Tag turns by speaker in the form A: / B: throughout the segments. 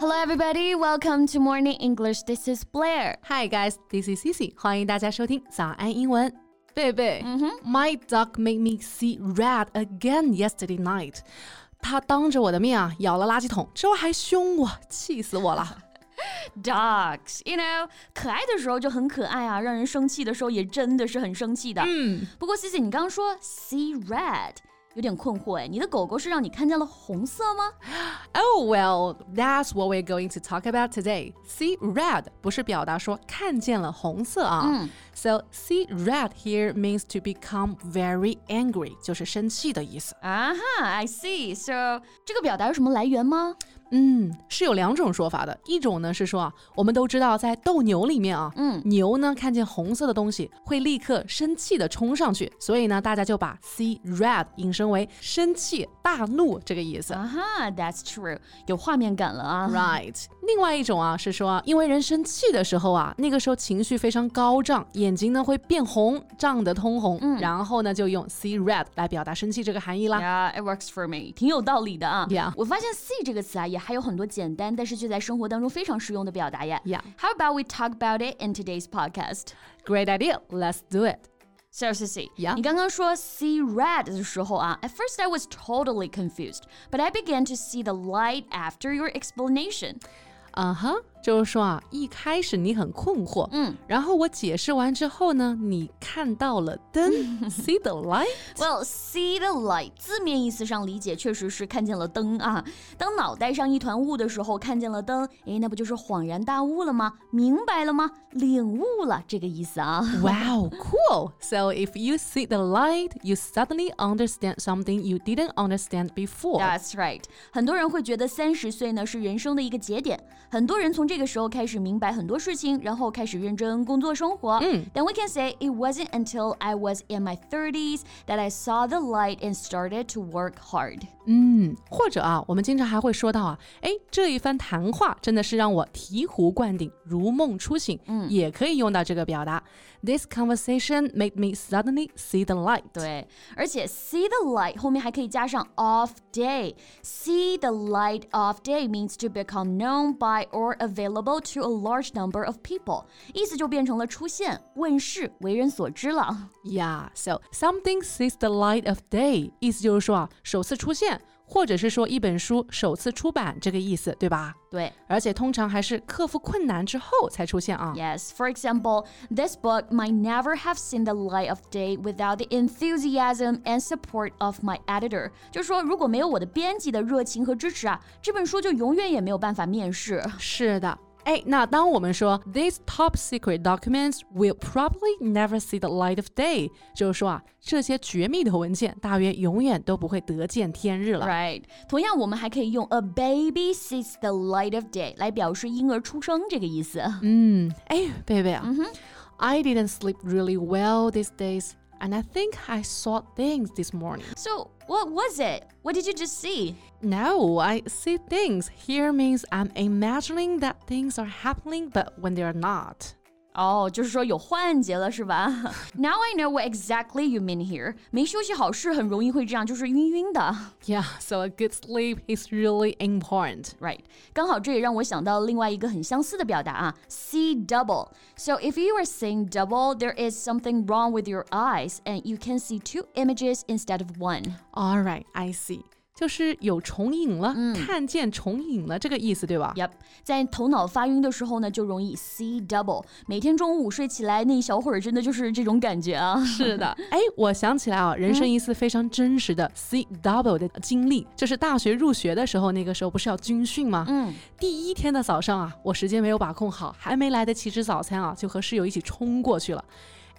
A: Hello, everybody. Welcome to Morning English. This is Blair.
B: Hi guys, this is Cici，欢迎大家收听早安英文。贝贝、m y dog made me see red again yesterday night。它当着我的面啊，咬了垃圾桶，之后还凶我，气死我了。
A: Dogs, you know，可爱的时候就很可爱啊，让人生气的时候也真的是很生气的。
B: 嗯，
A: 不过 c i c 你刚刚说 see red，有点困惑哎，你的狗狗是让你看见了红色吗？
B: Oh well, that's what we're going to talk about today. See red 不是表达说看见了红色啊。So see red here means to become very angry，就是生气的意思。
A: 啊哈，I Uh-huh, see. So 这个表达有什么来源吗？
B: 嗯，是有两种说法的。一种呢是说啊，我们都知道在斗牛里面啊，
A: 嗯
B: 牛呢看见红色的东西会立刻生气的冲上去，所以呢大家就把 see red 引申为生气、大怒这个意思。
A: 啊哈，That's uh-huh, true，有画面感了啊。
B: Right，另外一种啊是说啊，因为人生气的时候啊，那个时候情绪非常高涨，眼睛呢会变红，涨得通红，
A: 嗯
B: 然后呢就用 see red 来表达生气这个含义啦。
A: Yeah, it works for me，挺有道理的啊。
B: Yeah
A: 我发现 see 这个词啊，也还有很多简单，但是却在生活当中非常实用的表达耶。
B: Yeah.
A: How about we talk about it in today's podcast?
B: Great idea，let's do it。
A: So, Sissy,
B: Yeah.
A: 你刚刚说 see red 的时候啊，at first I was totally confused, but I began to see the light after your explanation.
B: 啊哈，就是说啊，一开始你很困惑，嗯，然后我解释完之后呢，你看到了 灯，see the light。
A: Well, see the light 字面意思上理解确实是看见了灯啊。当脑袋上一团雾的时候，看见了灯，诶，那不就是恍然大悟了吗？明白了吗？领悟了这个意思啊。
B: Wow, cool! So if you see the light, you suddenly understand something you didn't understand before.
A: That's right，很多人会觉得三十岁呢是人生的一个节点，很多人从这个时候开始明白很多事情，然后开始认真工作生活。嗯，Then we can say it wasn't until I was in my thirties that I saw the light and started to work hard。
B: 嗯，或者啊，我们经常还会说到啊，哎，这一番谈话真的是让我醍醐灌顶，如梦初醒。嗯，也可以用到这个表达。This conversation made me suddenly see the light.
A: 对，而且 see the light 后面还可以加上 off day。See the light of day means to become known by or available to a large number of people，意思就变成了出现、问世、为人所知了。
B: Yeah, so something sees the light of day，意思就是说啊，首次出现，或者是说一本书首次出版这个意思，对吧？
A: 对。
B: 而且通常还是克服困难之后才出现啊。
A: Yes, for example, this book might never have seen the light of day without the enthusiasm and support of my editor. 就是说，如果没有我的编辑的热情和支持啊，这本书就永远也没有办法面世。
B: 是的。哎，那当我们说 these top secret documents will probably never see the light of day，就是说啊，这些绝密的文件大约永远都不会得见天日了。
A: Right，同样我们还可以用 a baby sees the light of day 来表示婴儿出生这个意思。
B: 嗯，哎，贝贝啊、i didn't sleep really well these days, and I think I saw things this morning.
A: So what was it? What did you just see?
B: No, I see things here means I'm imagining that things are happening, but when they are not.
A: 哦，就是说有幻觉了是吧 ？Now I know what exactly you mean here。没休息好是很容易会这样，就是晕晕的。
B: Yeah, so a good sleep is really important.
A: Right，刚好这也让我想到另外一个很相似的表达啊，see double。So if you are seeing double, there is something wrong with your eyes, and you can see two images instead of one.
B: All right, I see. 就是有重影了，看见重影了这个意思，对吧
A: Yep，在头脑发晕的时候呢，就容易 see double。每天中午午睡起来那一小会儿，真的就是这种感觉啊。
B: 是的，哎，我想起来啊，人生一次非常真实的 C double 的经历，就是大学入学的时候，那个时候不是要军训吗？
A: 嗯，
B: 第一天的早上啊，我时间没有把控好，还没来得及吃早餐啊，就和室友一起冲过去了。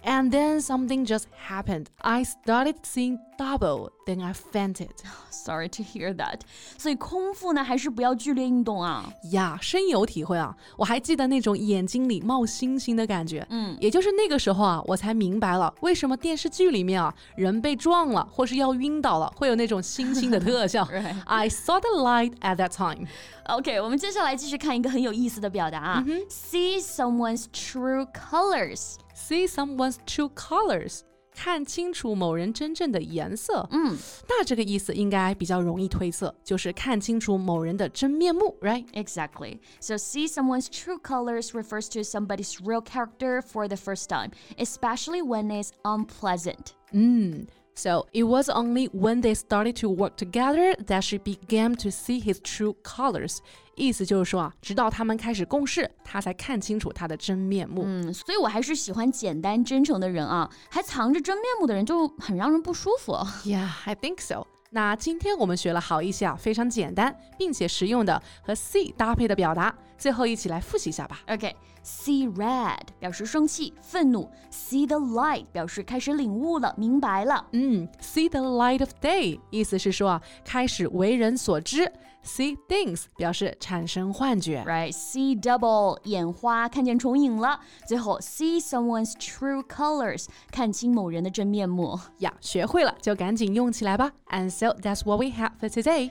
B: And then something just happened. I started seeing double, then I fainted.
A: Sorry to hear that。所以空腹呢，还是不要剧烈运动啊。
B: 呀，深有体会啊！我还记得那种眼睛里冒星星的感觉，嗯，也就是那个时候啊，我才明白了为什么电视剧里面啊，人被撞了或是要晕倒了，会有那种星星的特效。
A: Right.
B: I saw the light at that time.
A: OK，我们接下来继续看一个很有意思的表达啊、s e e someone's true colors。
B: See someone's true colors. 看清楚某人真正的颜色。
A: Mm,
B: 那这个意思应该比较容易推测，就是看清楚某人的真面目，right？
A: exactly. So, see someone's true colors refers to somebody's real character for the first time, especially when it's unpleasant.
B: 嗯。So it was only when they started to work together that she began to see his true colors。意思就是说啊，直到他们开始共事，他才看清楚他的真面目。
A: 嗯，所以我还是喜欢简单真诚的人啊，还藏着真面目的人就很让人不舒服。
B: Yeah, I think so. 那今天我们学了好一些啊，非常简单并且实用的和 see 搭配的表达。最后一起来复习一下吧。
A: OK, see red 表示生气、愤怒，see the light 表示开始领悟了、明白了。
B: 嗯，see the light of day 意思是说啊，开始为人所知。See things 表示产生幻觉。
A: Right, see double 眼花，看见重影了。最后 see someone's true colors 看清某人的真面目。
B: 呀，学会了就赶紧用起来吧。And so that's what we have for today.